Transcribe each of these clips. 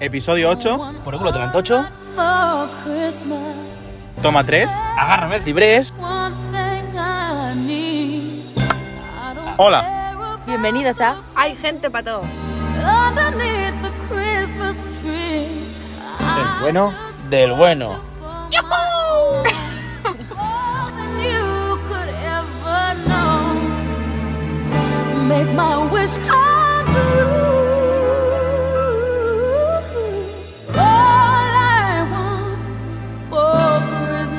Episodio 8, Por el culo te la antocho. For Oh, Christmas, toma 3. Agárrame el ciprés. one thing I need. I don't Hola, care about Bienvenidos a Hay gente para todo. underneath the Christmas tree. I Bueno, just Del bueno. want you for my own. More than you could ever know. Make my wish come true. All I want for Christmas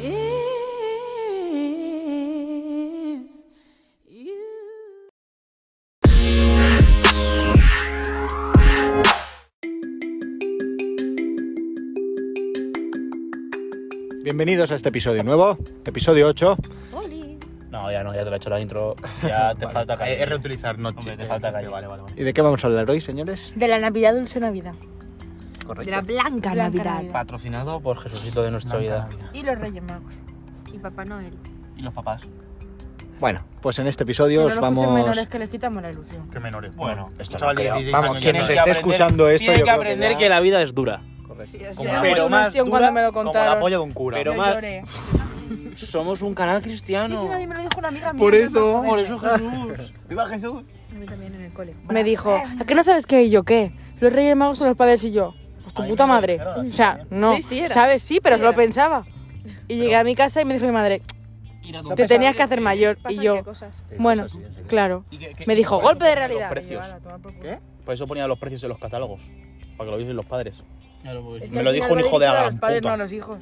is you. bienvenidos a este episodio nuevo, episodio 8. No, ya no, ya te la he hecho la intro. Ya te falta Eh, calle. es reutilizar, no Hombre, chiste, te falta chiste, calle. Vale, vale, vale. ¿Y de qué vamos a hablar hoy, señores? De la Navidad, dulce Navidad. Correcto. De la blanca, Blanca Navidad. Navidad. Patrocinado por Jesucito de nuestra vida. Y los Reyes Magos. Y Papá Noel. Y los papás. Bueno, pues en este episodio que os no los escuchen vamos... menores que les quitamos la ilusión. Qué menores. Bueno, un esto no chaval de creo. 16 Vamos, años ¿quién ya nos no. esté escuchando esto, Tiene yo que creo que aprender que, ya- la vida es dura. Correcto. Sí, o Como Yo sea, me pero dio una más ostión dura, cuando me lo Como contaron. la polla de un cura. Pero Yo más- lloré. Somos un canal Sí, cristiano. sí, a mí me lo dijo una amiga mía. Por que me eso, acordé. por eso Jesús. ¡Viva Jesús! A mí también en el cole. Me dijo, ¿a qué no sabes qué y yo qué? Los Reyes Magos son los padres y yo. Pues tu Ay, puta mira, madre. claro, O sea, no. Sí, sí era. ¿Sabes? Sí, pero Sí se lo era. pensaba. Y llegué a mi casa y me dijo mi madre, Ir a tu Te te casa. tenías que hacer mayor. Y Pasan qué yo, cosas. bueno, Sí, sí, sí. claro. ¿Y qué- qué- Me y dijo, por eso golpe de ponían los realidad. Precios. Llevarla a tomar por culo. ¿Qué? Por eso ponía los precios en los catálogos. Para que lo viesen los padres. Claro, porque Es si que no- Me al lo final dijo un hijo dicen de la a gran los padres, puta. mm, no a los hijos.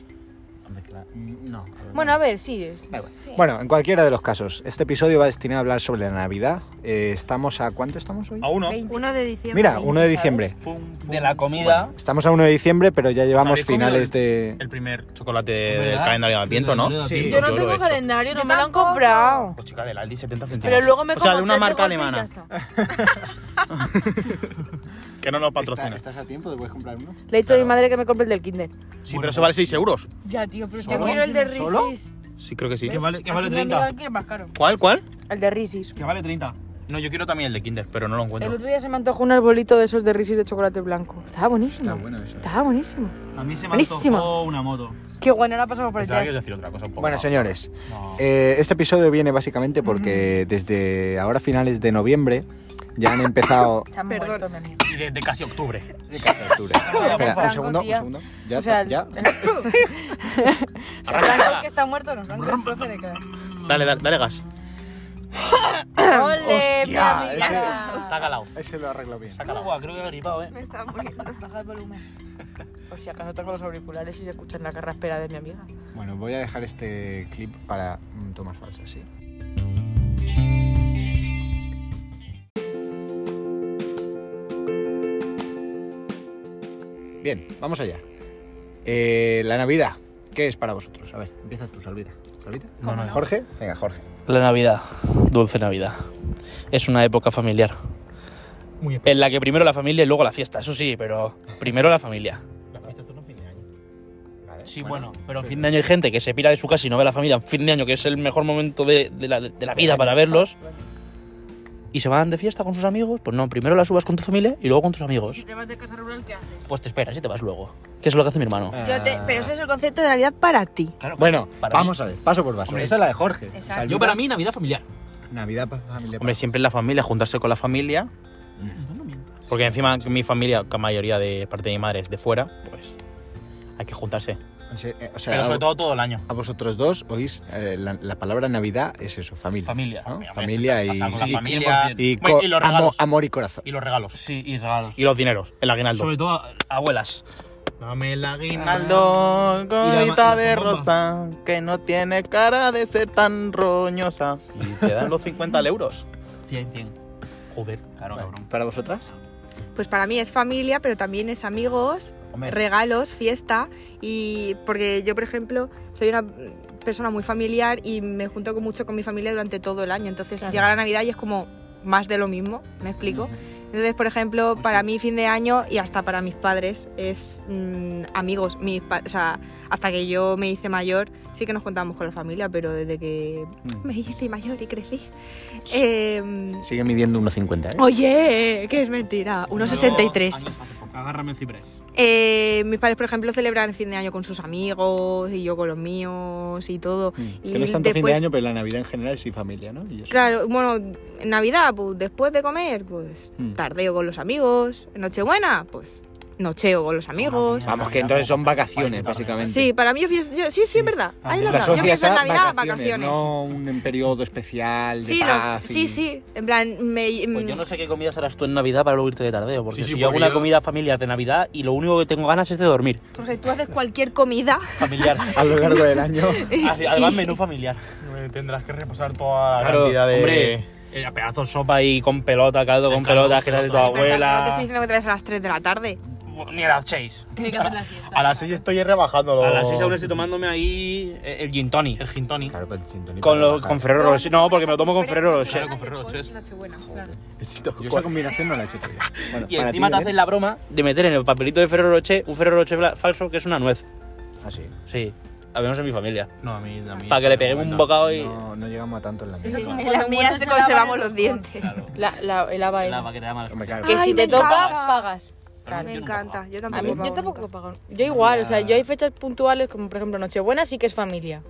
No. Bueno, a ver, sí. Es, Da igual. Bueno, en cualquiera de los casos, este episodio va destinado a hablar sobre la Navidad. Eh, estamos a... ¿Cuánto estamos hoy? A uno. 1 de diciembre. Mira, 1 de diciembre. Fum, fum. de la comida. Estamos a 1 de diciembre, pero ya llevamos ¿Habéis comido finales de... El primer chocolate del ¿Verdad? calendario de Adviento, ¿no? Sí. Yo no lo he tengo hecho. calendario, no Yo me lo han tampoco. comprado. Pues chica, del Aldi 70 centavos. Pero luego me O sea, como de una tres marca golpe y alemana. ya está. Que no nos patrocina. ¿Estás a tiempo de puedes comprar uno? Le he dicho a mi madre que me compre el del Kinder. Sí, pero eso vale 6 euros. Ya, tío, pero Yo quiero el de Reese's. ¿Solo? Sí, creo que sí. Que vale, que vale Aquí mi amiga 30. quiere más caro. ¿Cuál? ¿Cuál? El de Reese's. Que vale 30. No, yo quiero también el de Kinder, pero no lo El encuentro. otro día se me antojó un arbolito de esos de Reese's de chocolate blanco. Estaba buenísimo. Está bueno eso. Estaba buenísimo. A mí se me Buenísimo. antojó una moto. Qué bueno, ahora pasamos por el Pensaba que ibas día. a decir otra cosa un poco. Bueno, señores, No. eh, este episodio viene básicamente Mm. porque desde ahora finales de noviembre ya han empezado... Están Perdón. muertos, mi amigo. Y de, de casi octubre. De casa de octubre. Espera, un Franco, segundo, un tía. segundo. Ya, o sea, el- ya. el- o sea, Franco, el que está muerto, no Franco, el profe de cara. Dale, dale, dale gas. ¡Ole, mi Hostia, amiga! Sácala. Ese lo arreglo bien. Agua, creo que he gripado, eh. Me está muriendo. Baja el volumen. Por si acaso tengo los auriculares y se escuchan la carraspera de mi amiga. Bueno, voy a dejar este clip para mm, tomas falsas, sí. Bien, vamos allá. Eh, la Navidad, ¿qué es para vosotros? A ver, empieza tú, Salvita. ¿Salvita? No, no, no. ¿Jorge? Venga, Jorge. La Navidad, dulce Navidad. Es una época familiar. Muy En la que primero la familia y luego la fiesta, eso sí, pero primero la familia. Las fiestas son un fin de año. Sí, bueno, pero en fin de año hay gente que se pira de su casa y no ve a la familia en fin de año, que es el mejor momento de, de la, de la vida para verlos. Y se van de fiesta con sus amigos. Pues no, primero las subas con tu familia y luego con tus amigos. te vas de casa rural, ¿qué haces? Pues te esperas y te vas luego. Que es lo que hace mi Ah, hermano. Yo te- pero ese es el concepto de Navidad para ti. Ah. Claro, Bueno, para vamos mí- a ver, paso por paso. Hombre, Esa es la de Jorge. Exacto. Salvita, Yo para mí, Navidad familiar. Navidad para familia. Hombre, siempre en la familia, juntarse con la familia. Mm. Porque encima mi familia, que mayoría de parte de mi madre es de fuera, pues hay que juntarse. En serio, eh, O sea, Pero sobre todo todo el año. a vosotros dos oís eh, la, la palabra Navidad es eso, familia. Familia. ¿no? Mira, Familia y, pasar con la sí, familia 100%. y, Bueno, co- y los amo- regalos. amor y corazón. Y los regalos. Sí, y regalos. Y los dineros, el aguinaldo. Sobre todo abuelas. Dame el aguinaldo, gorrita la de zambomba. rosa, que no tiene cara de ser tan roñosa. Y te dan los 50 Mm. euros. 100, 100. Joder. Claro, cabrón. ¿Para vosotras? Pues para mí es familia, pero también es amigos, Hombre. regalos, fiesta. Y porque yo, por ejemplo, soy una persona muy familiar y me junto con- mucho con mi familia durante todo el año. Entonces llega la Navidad y es como más de lo mismo, ¿me explico? Entonces, por ejemplo, para mí fin de año y hasta para mis padres es mm, amigos. Mis pa- o sea, hasta que yo me hice mayor, sí que nos contábamos con la familia, pero desde que Mm. me hice mayor y crecí. eh, Sigue midiendo 1,50, ¿eh? oye, que es mentira, 1,63. Agárrame el ciprés. Eh, mis padres, por ejemplo, celebran el fin de año con sus amigos y yo con los míos y todo. Mm. Y Que no es tanto fin de después- año, pues. pero la Navidad en general sí familia, ¿no? Y eso. Claro, bueno, en Navidad, pues después de comer, pues Mm. tardeo con los amigos. En Nochebuena, pues nocheo con los amigos. Vamos, que entonces son vacaciones, básicamente. Sí, para mí yo, pienso- yo- sí, sí, es verdad. ahí lo Ah, La has dado. Yo pienso en a Navidad, vacaciones. vacaciones, No un periodo especial de sí, no, paz. y- sí, sí. En plan, me, mm, Pues yo no sé qué comidas harás tú en Navidad para luego irte de tardeo, porque Sí, sí, si yo hago porque una yo- comida familiar de Navidad y lo único que tengo ganas es de dormir. Porque tú haces cualquier comida. Familiar. A lo largo del año. Además, menú familiar. Tendrás que reposar toda la Claro, cantidad de. hombre, eh, a pedazos de sopa y con pelota, caldo con caldo pelota, con gelatina de tu pelota. Verdad, No te estoy abuela. diciendo que te vayas a las 3 de la tarde. Ni a las 6. A las 6 estoy rebajando A las 6 aún estoy tomándome ahí eh, el gin tonic. el gin tonic. Claro, pero el gin tonic Con, para los, bajar. con Ferrero Rocher. No, porque me lo tomo con Ferrero Rocher. con Ferrero Rocher. Nochebuena, claro. Yo esa combinación no la he hecho todavía. Bueno, Y para encima ti, te Belén. hacen la broma de meter en el papelito de Ferrero Rocher un Ferrero Rocher fla- falso que es una nuez. Ah, sí. Sí, habemos en mi familia. No, a mí, a mí Para que eso le no peguemos un aguanta. bocado y. No, no llegamos a tanto en la mesa. En las mías se conservamos los dientes. La, la, el ABA es. Lava, que te da mala Hombre, claro. Que Ay, si me te toca, encanta. pagas. Claro. Claro. Me Yo nunca encanta. pago. Yo A tampoco. mí, pago yo tampoco nunca. pago. Yo igual, o sea, yo hay fechas puntuales, como por ejemplo Nochebuena sí que es familia.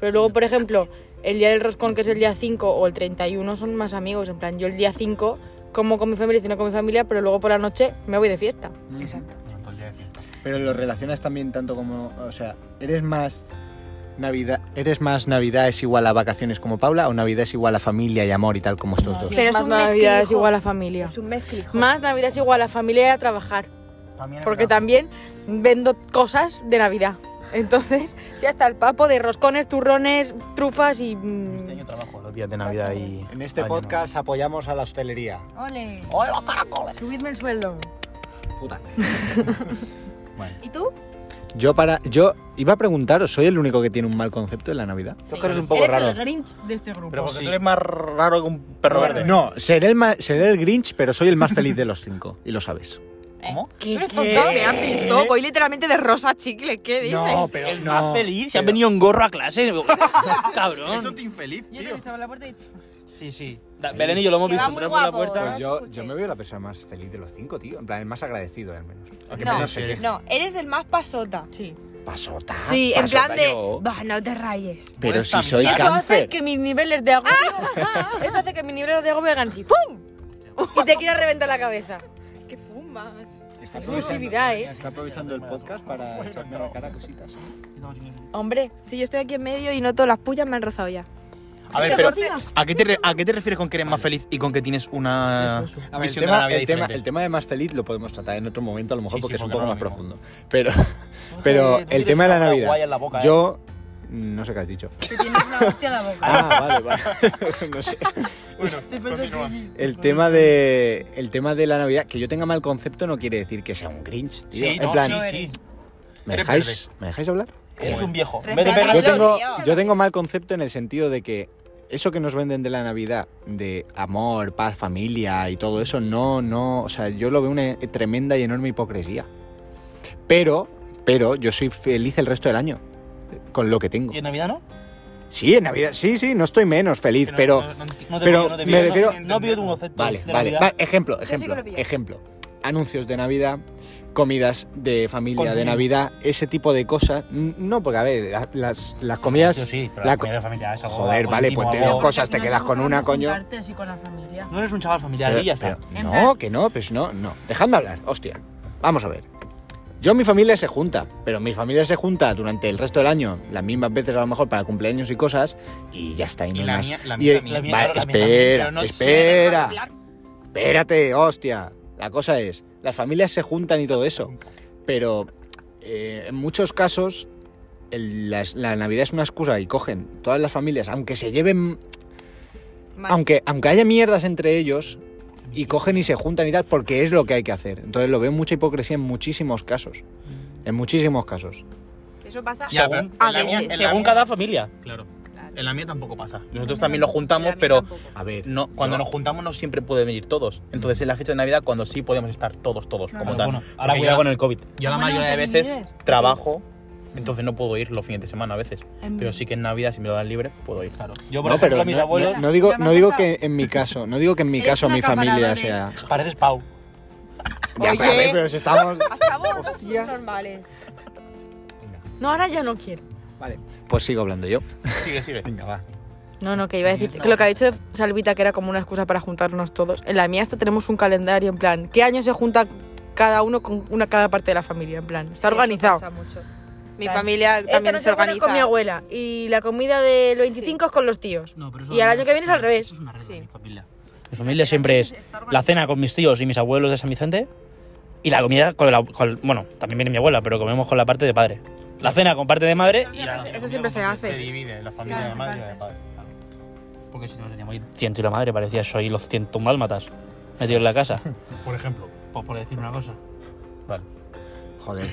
Pero luego, por ejemplo, el día del roscón, que es el día 5 o el 31, son más amigos. En plan, yo el día 5 como con mi familia, ceno con mi familia, pero luego por la noche me voy de fiesta. Exacto. Pero lo relacionas también tanto como. O sea, ¿eres más. Navidad, ¿Eres más Navidad es igual a vacaciones como Paula o Navidad es igual a familia y amor y tal como estos dos? Pero es más un Navidad es mezclijo. igual a familia. Es un mezclijo. Más Navidad es igual a familia y a trabajar. Porque también vendo cosas de Navidad. Entonces, sí, hasta el papo de roscones, turrones, trufas y... mm, Este año trabajo los días de Navidad y. En este Año podcast apoyamos a la hostelería. Ole, Nuevo. ¡Hola, caracoles! subidme el sueldo. Puta. ¿Y tú? Yo para yo iba a preguntaros, ¿soy el único que tiene un mal concepto de la Navidad? Tú eres un poco Eres raro. el Grinch de este grupo. Pero porque Sí. tú eres más raro que un perro verde. No, seré el ma- seré el Grinch, pero soy el más feliz de los cinco y lo sabes. ¿Cómo? Eh, ¿Tú eres tonto? ¿Me han visto? Voy literalmente de rosa chicle, ¿qué dices? No, pero El no, más feliz. Se ha pero- venido en gorro a clase. Cabrón. Eso te infeliz, tío. la puerta y Sí, sí. Da- Belén y yo lo hemos Que va visto muy entrar por la guapo. puerta. Pues yo, escuché. yo me veo la persona más feliz de los cinco, tío. En plan, el más agradecido, al menos. El que No, menos se pues. queja. No, eres el más pasota. Sí. Pasota. Sí, en Ah, pasota plan de. yo. Va, no te rayes. Pero Puedes si soy cambiar. Eso hace cáncer. que mis niveles de agobio. Eso hace que mis niveles de agobio hagan así. ¡Pum! Y te quiera reventar la cabeza. ¿Qué fumas? Está Exclusividad, ¿eh? Está aprovechando el podcast para echarme a la cara cositas. Hombre, Sí, yo estoy aquí en medio y noto las pullas me han rozado ya. A ver, pero. ¿A qué, te re- ¿A qué te refieres con que eres más feliz y con que tienes una A ver, el visión de tema, la vida el, tema, diferente? el tema de más feliz lo podemos tratar en otro momento, a lo mejor, Sí, sí, porque es un porque poco no más es lo profundo. Pero, pero tú el tienes tema de la una Navidad. guay en la ¿eh? boca, yo. mm, No sé qué has dicho. Que tienes una hostia en la boca. Ah, vale, vale. no sé. El tema de el tema de la Navidad, que yo tenga mal concepto no quiere decir que sea un Grinch, tío. Sí, en no, plan, sí, sí. ¿me Eres dejáis me dejáis hablar? Eres un viejo. Vete, Respeta Hazlo, Yo vete. tengo tío. yo tengo mal concepto en el sentido de que eso que nos venden de la Navidad de amor, paz, familia y todo eso no no, o sea, yo lo veo una tremenda y enorme hipocresía. Pero pero yo soy feliz el resto del año con lo que tengo. ¿Y en Navidad no? Sí, en Navidad, sí, sí, no estoy menos feliz, pero No te Pero pido, no te me pido, no- refiero- No, pido tu concepto. Vale, de vale, Navidad. va- Ejemplo, sí que ejemplo, lo pillo. ejemplo. Anuncios de Navidad, comidas de familia de Consumir. Navidad, ese tipo de cosas. N- No, porque, a ver, la- las, las comidas... Yo sí, pero la la co- comida de familia es algo Joder, algo vale, íntimo, pues te algo- dos cosas, te quedas con una, coño. así con la familia. No eres un chaval familiar Pero- y ya está. Eh, pero- no, que no, pues no, no. Dejadme hablar, hostia. Vamos a ver. Yo, mi familia se junta, pero mi familia se junta durante el resto del año, las mismas veces a lo mejor para cumpleaños y cosas, y ya está, y no Y hay la más. mía- la Y- mía también. La mía, vale, la mía también, espera, pero no- espera. Deja de hablar. Espérate, hostia. La cosa es, las familias se juntan y todo eso. Pero eh, en muchos casos, el- las- la Navidad es una excusa y cogen todas las familias, aunque se lleven. Mal. Aunque, aunque haya mierdas entre ellos, y cogen y se juntan y tal, porque es lo que hay que hacer. Entonces lo veo mucha hipocresía en muchísimos casos. Mm. En muchísimos casos. Eso pasa Ya, a pero- veces. en la mía- en la Según mía- cada familia. Claro. En la mía tampoco pasa. Nosotros también lo juntamos, pero A ver, no, cuando nos juntamos no siempre pueden venir todos. Entonces en la fecha de Navidad cuando sí podemos estar todos, todos, como Pero tal. bueno, ahora Porque cuidado yo- con el COVID. Yo la Bueno, mayoría de también veces vives. trabajo, entonces no puedo ir los fines de semana a veces. Pero sí que en Navidad, si me lo dan libre, puedo ir. Claro. Yo, por no, ejemplo, pero a mis no- no- abuelos no, digo, Ya me no has digo contado. que en mi caso, no digo que en mi Eres caso un mi familia acaparador, sea. pareces Pau. Ya, pero, a ver, Oye. pero si estamos. Hostia. normales. No, ahora ya no quiero. Vale, pues sigo hablando yo. Sigue, sigue. Venga, va. No, no, que iba a decir que lo que ha dicho Salvita, que era como una excusa para juntarnos todos. En la mía hasta tenemos un calendario, en plan, ¿qué año se junta cada uno con una cada parte de la familia? En plan, está organizado. Mi Claro. familia Esta también noche Este se ceno organiza. con mi abuela y la comida del 25 es con los tíos. y al año que viene es al revés. Sí. Mi familia siempre es la cena con mis tíos y mis abuelos de San Vicente y la comida con la... con- bueno, también viene mi abuela, pero comemos con la parte de padre. La cena con parte de madre y la... Eso siempre se Se hace. divide la familia de madre y la de padre. Porque si no teníamos ahí ciento y la madre, parecía soy los ciento málmatas metido en la casa. Por ejemplo. Pues por decir una cosa. Vale. Joder,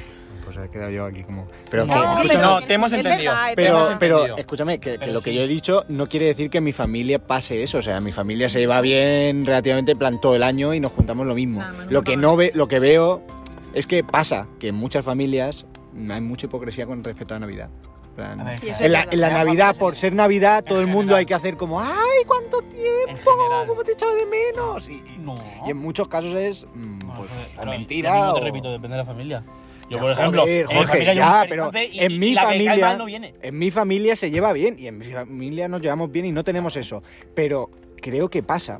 pues he quedado yo aquí como. Pero No, que- pero- escúchame, No, te hemos Es entendido. verdad, es te hemos pero, pero entendido. escúchame, que, que Pero lo que sí. yo he dicho no quiere decir que mi familia pase eso. O sea, mi familia se lleva bien relativamente en plan todo el año y nos juntamos lo mismo. Nada más, lo no que pasa no ve, nada. lo que veo es que pasa que en muchas familias hay mucha hipocresía con respecto a Navidad. En plan, A ver, Sí, eso en la, en la Me ha Navidad, faltado por ese- ser Navidad, todo el en mundo general. hay que hacer como, ¡ay, cuánto tiempo! En general. ¿Cómo te echaba de menos? Y, y- No. y en muchos casos es, mm, Bueno, pues, joder, o claro, mentira. lo mismo o- te repito, depende de la familia. Yo, Ya, por ejemplo, joder, en mi Jorge, familia yo ya, soy pero feliz y- en y mi la que cae familia- mal no viene. En mi familia se lleva bien y en mi familia nos llevamos bien y no tenemos eso. Pero creo que pasa.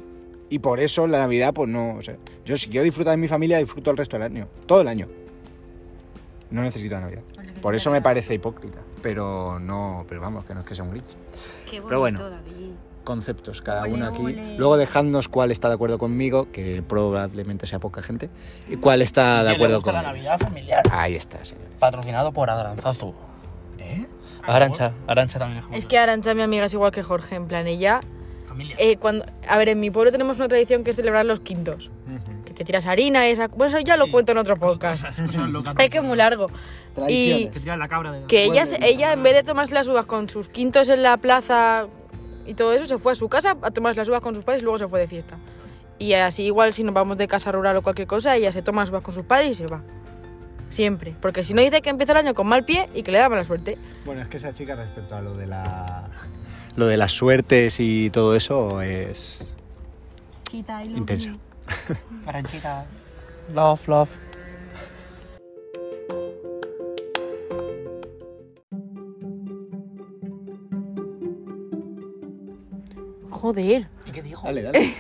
Y por eso la Navidad, pues no. O sea, yo si quiero disfrutar de mi familia, disfruto el resto del año. Todo el año. No necesito la Navidad. Por eso me parece hipócrita. Pero no, pero vamos, que no es que sea un glitch. Pero bueno. Conceptos, cada Ole, uno aquí. ole. Luego dejadnos cuál está de acuerdo conmigo, que probablemente sea poca gente, y cuál está Ah, ¿Quién de le acuerdo gusta la conmigo. Navidad familiar. Ahí está, señor. Patrocinado por Aranzazu. ¿Eh? Arancha, Arancha también Es que Arancha, mi amiga, es igual que Jorge, en plan, ella... Familia. eh, cuando, a ver, en mi pueblo tenemos una tradición que es celebrar los quintos. Que te tiras harina, esa... Bueno, eso ya lo Sí. cuento en otro podcast. Es que es muy largo. Y Que tiran la cabra de... que ella, se- ella en vez de tomarse las uvas con sus quintos en la plaza y todo eso, se fue a su casa a tomarse las uvas con sus padres y luego se fue de fiesta. Y así igual si nos vamos de casa rural o cualquier cosa, ella se toma las uvas con sus padres y se va. Siempre. Porque si no dice que empieza el año con mal pie y que le da mala suerte. Bueno, es que esa chica respecto a lo de la... Lo de las suertes y todo eso es intensa. Aranchita. Love, love. Joder. ¿Y qué dijo? Dale, dale.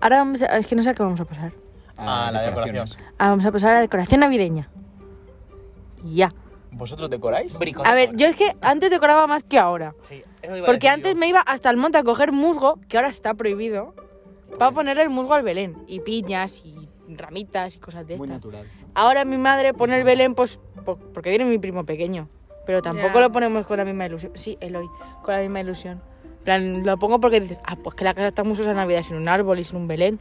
Ahora vamos a- es que no sé a qué vamos a pasar. Ah, la decoración. Ah, vamos a pasar a decoración navideña. Y Ya. ¿Vosotros decoráis? A ver, yo es que antes decoraba más que ahora. Porque antes me iba hasta el monte a coger musgo, que ahora está prohibido, para ponerle el musgo al Belén. Y piñas y ramitas y cosas de Muy estas. natural. Ahora mi madre pone el Belén pues, po- porque viene mi primo pequeño. Pero tampoco Ya. lo ponemos con la misma ilusión. Sí, Eloy, con la misma ilusión. En plan, lo pongo porque dices, ah, pues que la casa está muy sosa en Navidad sin un árbol y sin un Belén.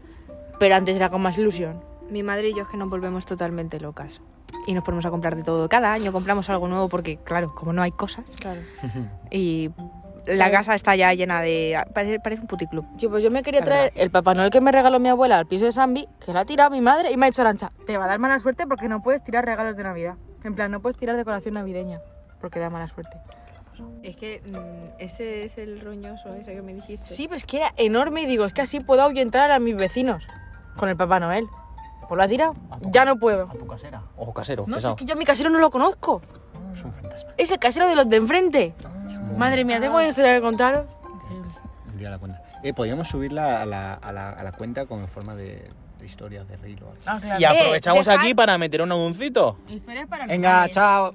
Pero antes era con más ilusión. Mi madre y yo es que nos volvemos totalmente locas. Y nos ponemos a comprar de todo. Cada año compramos algo nuevo porque, claro, como no hay cosas. Claro. Y la ¿Sabes? casa está ya llena de... Parece, parece un puticlub. Yo, pues yo me quería La traer el Papá Noel que me regaló mi abuela al piso de Zambi, que la ha tirado mi madre y me ha dicho Arancha, te va a dar mala suerte porque no puedes tirar regalos de Navidad. En plan, no puedes tirar decoración navideña porque da mala suerte. Es que ese es el roñoso ese que me dijiste. Sí, pues que era enorme y digo, es que así puedo ahuyentar a mis vecinos con el Papá Noel. Pues lo ha tirado, Ah, tú. ya no puedo. ¿A tu casera? Ojo casero, No, si pesado. es que yo a mi casero no lo conozco. Ah, Es un fantasma. Ah, Es el casero de los de enfrente. Madre mía, tengo una historia que contar. Un día la cuenta. Eh, podríamos subirla a la, a la, a la cuenta con forma de, de historia, de reel o algo. Y aprovechamos dejad- aquí para meter un anuncito. Historias para Venga, chao.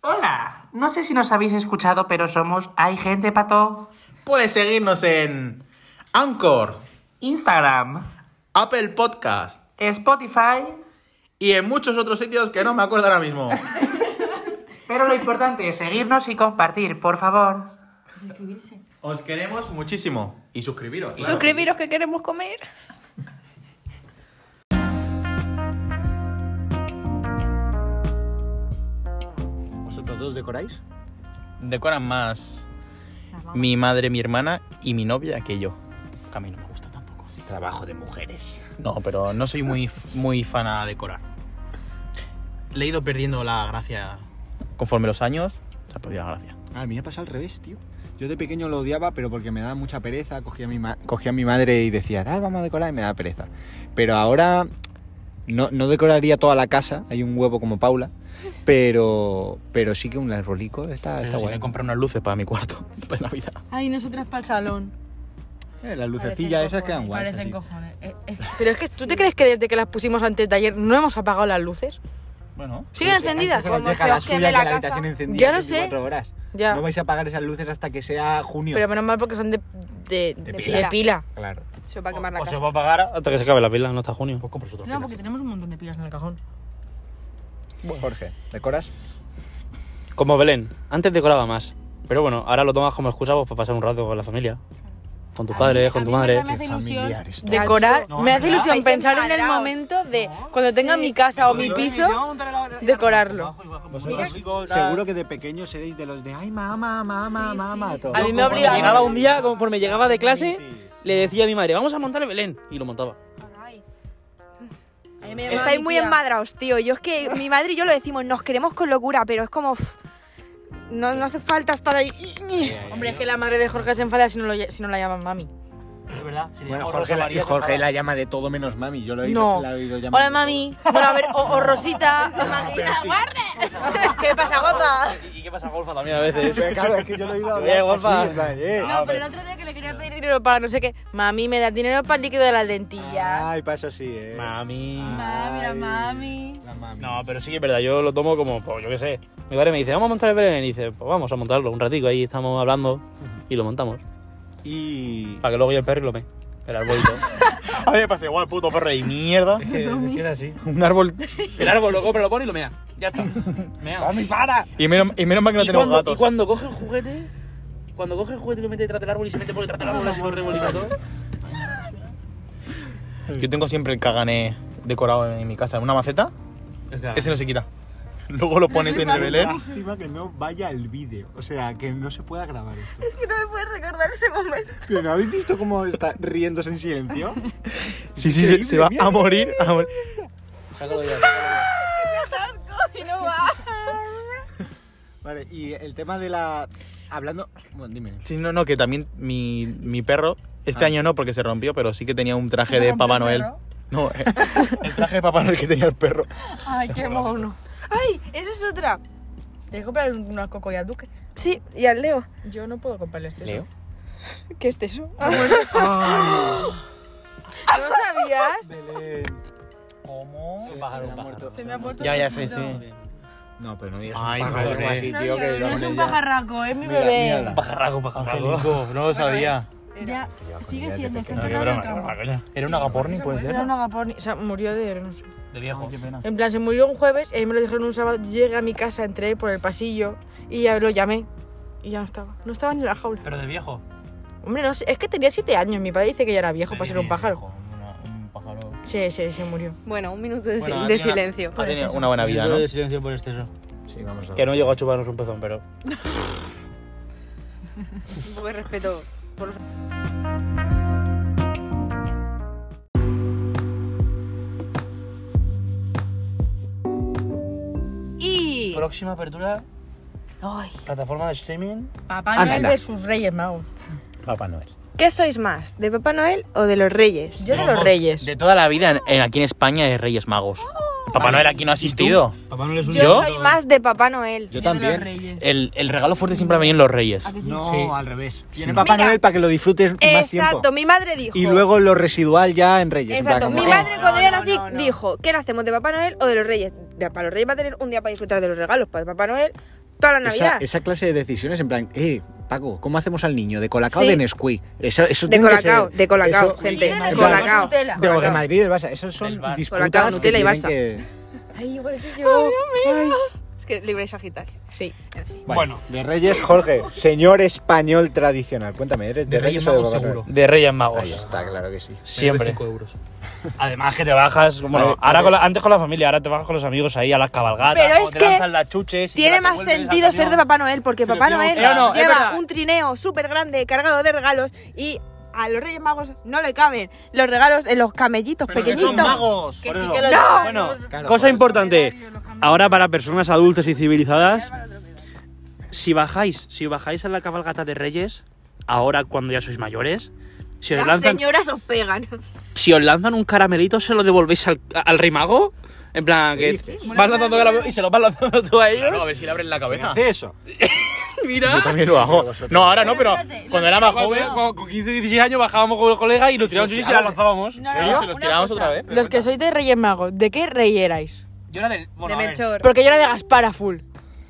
Hola, no sé si nos habéis escuchado, pero somos Hay Gente Pato, Puedes seguirnos en Anchor, Instagram, Apple Podcast Spotify, y en muchos otros sitios que no me acuerdo ahora mismo. pero lo importante es seguirnos y compartir, por favor. Os queremos muchísimo y suscribiros. claro. Suscribiros que queremos comer. ¿Los dos decoráis? Decoran más mi madre, mi hermana y mi novia que yo. Que a mí no me gusta tampoco. así. Trabajo de mujeres. No, pero no soy muy, muy fan a decorar. Le he ido perdiendo la gracia conforme los años. Se ha perdido la gracia. Ah, A mí me pasa al revés, tío. Yo de pequeño lo odiaba, pero porque me daba mucha pereza. Cogía a mi, ma- cogía a mi madre y decía, ah, vamos a decorar, y me daba pereza. Pero ahora no, no decoraría toda la casa, hay un huevo como Paula, pero, pero sí que un arbolico está, Ah, está Pero sí me guay. he comprado unas luces para mi cuarto, para Navidad. Ay, nosotras para el salón. Eh, las lucecillas esas quedan guays. así. cojones. Eh, es- Pero es que, ¿tú te crees que desde que las pusimos antes de ayer no hemos apagado las luces? Bueno, ¿Siguen encendidas? Pues Antes se nos Como deja se la os suya queme que la la casa. habitación encendida Ya lo sé. 24 horas. Ya. No vais a apagar esas luces hasta que sea junio. Pero menos mal porque son de, de, de pila. pila. Claro. Se os va a quemar la O se casa. va a pagar hasta que se acabe la pila, no hasta junio. pues compras otro. No, porque tenemos un montón de pilas en el cajón. Jorge, ¿decoras? Como Belén, antes decoraba más. Pero bueno, ahora lo tomas como excusa pues, para pasar un rato con la familia. Con tus padres, con tu madre. Me hace ilusión. eres tú. Decorar. No, me hace ¿verdad? ilusión Vais pensar en el empalaos. momento de cuando tenga mi casa o mi piso. decorarlo. Seguro que de pequeño seréis de los de ay, mamá, mamá, mamá. todo. A mí me Como obliga- Llegaba cuando obligaba un día, conforme llegaba de clase, le decía a mi madre, vamos a montar el Belén. Y lo montaba. Estáis muy enmadraos, tío. Yo es que mi madre y yo lo decimos, nos queremos con locura, pero es como. pff, no, no hace falta estar ahí. Hombre, es que la madre de Jorge se enfada si no, lo ll- si no la llaman mami. Es verdad. si le Bueno, llamamos Jorge Rosa la, María, y Jorge se la llama de todo menos mami. Yo lo he oído, No. la he oído llamar Hola, de todo. mami. Bueno, a ver, o, o Rosita. Pero sí. ¿Qué pasa, guapa? enfada. Ah, ¿Y y qué pasa, Golfa, también a veces? Pero claro, es que yo lo he oído Bien, hablar así, guapa. en plan, eh. Ah, No, pero el otro día que le quería pedir dinero para no sé qué. Mami, me da dinero para el líquido de las lentillas. Ay, pasa así, eh. Mami. Mami, la mami. La mami. No, pero sí que es verdad, yo lo tomo como, pues yo qué sé. Mi padre me dice, vamos a montar el Belén. Y dice, pues vamos a montarlo un ratico, ahí estamos hablando y lo montamos. Y. Para que luego yo el perro y lo me. El arbolito. A mí me pasa igual, puto perro de mierda. es, que, es que es así. Un árbol. El árbol lo compra, lo pone y lo mea. Ya está. Mea. ¡Mami, para! Y menos, y menos mal que no y, tenemos cuando, y gatos. cuando coge el juguete, cuando coge el juguete y lo mete detrás del árbol y se mete por detrás del árbol así por revolviendo todo. Yo tengo siempre el cagané decorado en mi casa. Una maceta, Ah. ese no se quita. Luego lo pones en el Belén. Lástima que no vaya el vídeo. O sea, que no se pueda grabar esto. Que no me puedes recordar ese momento. ¿Pero no habéis visto cómo está riéndose en silencio? Sí, sí, se, se va a morir. a morir. Sácalo ya. Vale, y el tema de la. Hablando. Bueno, dime. Sí, no, no, que también mi, mi perro, este año no porque se rompió, pero sí que tenía un traje de Papá Noel. No, eh, el traje de Papá Noel que tenía el perro. Ay, qué mono. ¡Ay! Esa es otra. Tienes que comprar unas coco y al duque. Sí, y al Leo. Yo no puedo comprarle este. Leo. ¿Qué es eso? ¿No sabías? Belén. ¿Cómo? Se, pájaro, me ha un pájaro. muerto. Se me ha puesto Ya, ya, sí, cosito. sí. No, pero no digas Ay, un pájaro madre. como así, tío, No, que no, no vamos es a un ya. pajarraco, es mi Mira, bebé. mírala. Pajarraco, pajarraco. no lo sabía. Ya, con sigue ideas de siendo, está pequeño. enterrado en la cama. ¿Era un agaporni, puede ser? Era una vapor. O sea, murió de, no sé. De viejo. En plan, se murió un jueves, y me lo dijeron un sábado, llegué a mi casa, entré por el pasillo y ya lo llamé. Y ya no estaba. No estaba ni en la jaula. Pero de viejo. Hombre, no sé, es que tenía siete años. Mi padre dice que ya era viejo para ser un pájaro. Un pájaro. Sí, sí, se murió. Bueno, un minuto de, Bueno, sil- ha de tenido una- silencio. Ha tenido una buena vida, ¿no? de silencio por exceso. Sí, vamos a Que no llegó a chuparnos un pezón, pero. Un poco de respeto. Por... los- Y. Próxima apertura, Ay. plataforma de streaming. Papá Noel Anda. versus Reyes Magos. Papá Noel. ¿Qué sois más? ¿De Papá Noel o de los Reyes? Yo de los reyes. De toda la vida, en- en- aquí en España, es Reyes Magos. El Papá Noel aquí no ha asistido. Papá no le Yo un ¿Yo? soy más de Papá Noel. Yo Yo de los también. Reyes. El, el regalo fuerte siempre ha venido en los Reyes. ¿A que sí? No, Sí. al revés. Tiene Papá Mira. Noel para que lo disfrutes más tiempo. Exacto, mi madre dijo. Y luego lo residual ya en Reyes. en plan Exacto, como, mi eh, madre cuando yo nací no, no. dijo, ¿qué hacemos de Papá Noel o de los Reyes? De- para los Reyes va a tener un día para disfrutar de los regalos, para Papá Noel toda la esa, Navidad. esa clase de decisiones en plan, eh, Paco, ¿cómo hacemos al niño? ¿De colacao Sí. o de Nesquik? Eso, eso De tiene que colacao, ser- de colacao, eso- gente, en de plan, colacao. Nutella. De, o de Colacao. Madrid, del Barça. Esos son Del Barça. disputas Colacao, que Nutella y tienen Barça. que- Ay, igual que yo. Ay. Es que libre Sagitario. Sí. Bueno, de Reyes, Jorge, señor español tradicional. Cuéntame, ¿eres de, De Reyes Reyes, o de Magos, Papá Noel? seguro. De Reyes Ahí Magos. está, claro que sí. Siempre. euros. Además que te bajas, bueno, Vale, ahora vale. con la- antes con la familia, ahora te bajas con los amigos ahí a las cabalgatas, Pero o es te que lanzan las chuches. y ahora Tiene te más vuelves sentido al ser de camión. Papá Noel, porque Se lo Papá tiene Noel un- Eh, no, es lleva verdad. un trineo súper grande cargado de regalos y a los Reyes Magos no le caben los regalos en los camellitos pequeñitos. magos! Por Que sí eso. que lo- ¡No! Bueno, Claro, por cosa eso. importante. Ahora para personas adultas y civilizadas, si bajáis, si bajáis a la cabalgata de Reyes, ahora cuando ya sois mayores, si os Las lanzan, señoras os pegan. si os lanzan un caramelito, se lo devolvéis al, al rey mago. En plan, ¿Qué que dices? vas lanzando caramelo y se lo vas lanzando tú a ellos. a ver si le abren la cabeza. Hace eso. Yo también lo hago. No, ahora no, pero cuando era más joven. Con, 15, 16 años bajábamos con el colega y nos tirábamos y se la lanzábamos. ¿En serio? ¿Se los tirábamos otra vez? Los que sois de Reyes Magos, ¿de qué rey erais? Yo era del. de Melchor. Porque yo era de Gaspar a full.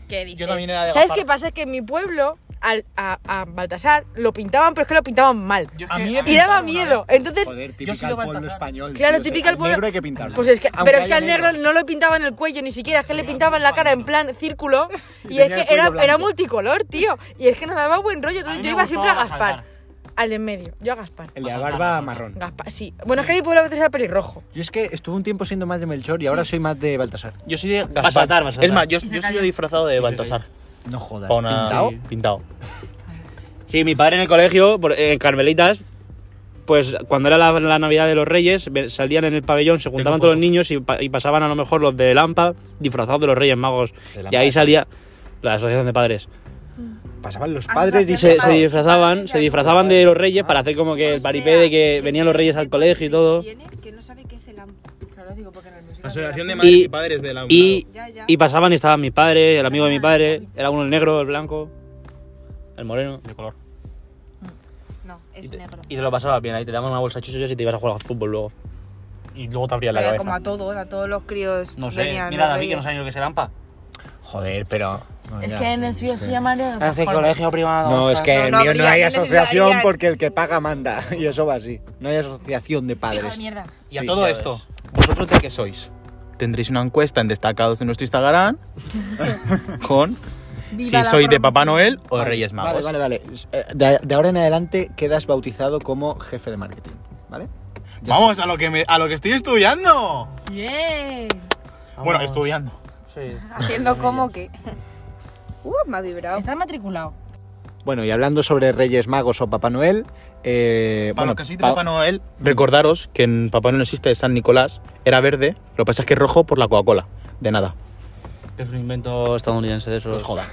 ¿Qué dices? Yo también era de ¿Sabes Gaspar. qué pasa? Que en mi pueblo, al- a, a Baltasar, lo pintaban, pero es que lo pintaban mal. A mí Y daba miedo. Entonces, Joder, Yo típica soy de al pueblo Baltasar. español. Claro, tío, o sea, típica al al pueblo- negro hay que pintarlo. pues es que, Aunque pero es que al haya negro no lo pintaban el cuello ni siquiera, es que le pintaban la cara en plan círculo. Y tenía es el que cuello era, blanco. era multicolor, tío. Y es que nos daba buen rollo. A mí Entonces me yo iba siempre a gustaba Gaspar. Al de en medio, yo a Gaspar. El de la barba marrón. Gaspar, sí. Bueno, es que mi pueblo a veces era pelirrojo. Yo es que estuve un tiempo siendo más de Melchor y ahora soy más de Baltasar. Yo soy de Gaspar. Baltasar, Baltasar. Es más, yo, yo soy disfrazado de Baltasar. No jodas. Pa' una- ¿Pintao? Sí. Pintado. Sí, mi padre en el colegio, por- en Carmelitas, pues cuando era la, la Navidad de los Reyes, ve- salían en el pabellón, se juntaban Tengo todos los foto. niños y, pa- y pasaban a lo mejor los de Lampa disfrazados de los Reyes Magos. Lampa. Y ahí salía la asociación de padres. Pasaban los Asociación padres de Y y se, padres. se disfrazaban, se disfrazaban de los Reyes Ah. para hacer como que el O paripé sea, de que venían los Reyes al colegio y todo. tiene que no sabe qué es el amor. Claro, digo, porque en el museo. Asociación de Madres y Y- Padres de la Y, Ya, ya. y pasaban y estaban mis padres, el amigo de mi padre, era uno el negro, el blanco, el moreno. De color. No, Y es te, negro. y te lo pasabas bien, ahí te daban una bolsa de chuches y te ibas a jugar al fútbol luego. Y luego te abría la Pero cabeza. como a todos, a todos los críos. No sé, venían mira los David que no reyes. sabe ni lo que es el AMPA. Joder, pero. no, Es ya, que en el sí, suyo es se que- llamaría. Ah, Hace colegio privado. No, es que No, en el no mío habría, no hay no asociación necesitarían. porque el que paga manda. Y eso va así. No hay asociación de Ah, Hijo de padres. mierda. Y a Sí, todo ya esto, ¿vosotros de qué sois? Tendréis una encuesta en destacados de nuestro Instagram con si soy de Papá Noel o de Vale, Reyes Magos. Vale, vale, vale. Eh, De, de ahora en adelante quedas bautizado como jefe de marketing. ¿Vale? Ya Vamos a lo que me- a lo que estoy estudiando. Yeah. Bueno, estudiando. Sí. Haciendo como que. Uh, me ha vibrado. Está matriculado. Bueno, y hablando sobre Reyes Magos o Papá Noel, eh, Para bueno, los que sois de pa- Papá Noel, recordaros que en Papá Noel existe San Nicolás, era verde, lo que pasa es que es rojo por la Coca-Cola. De nada. Que es un invento estadounidense de esos. Pues joda.